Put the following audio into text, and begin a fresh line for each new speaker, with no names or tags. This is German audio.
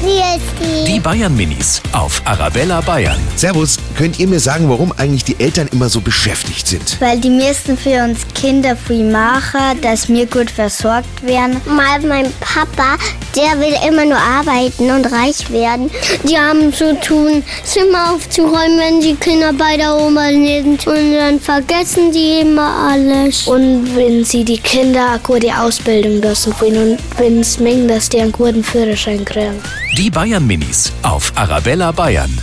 Christi.
Die Bayern Minis auf Arabella Bayern.
Servus, könnt ihr mir sagen, warum eigentlich die Eltern immer so beschäftigt sind?
Weil die meisten für uns Kinder viel machen, dass wir gut versorgt werden.
Mal mein Papa, der will immer nur arbeiten und reich werden. Die haben zu tun, Zimmer aufzuräumen, wenn die Kinder bei der Oma sind. Und dann vergessen die immer alles.
Und wenn sie die Kinder eine gute Ausbildung lassen wollen und wenn es mengen, dass die einen guten Führerschein kriegen.
Die Bayern Minis auf Arabella Bayern.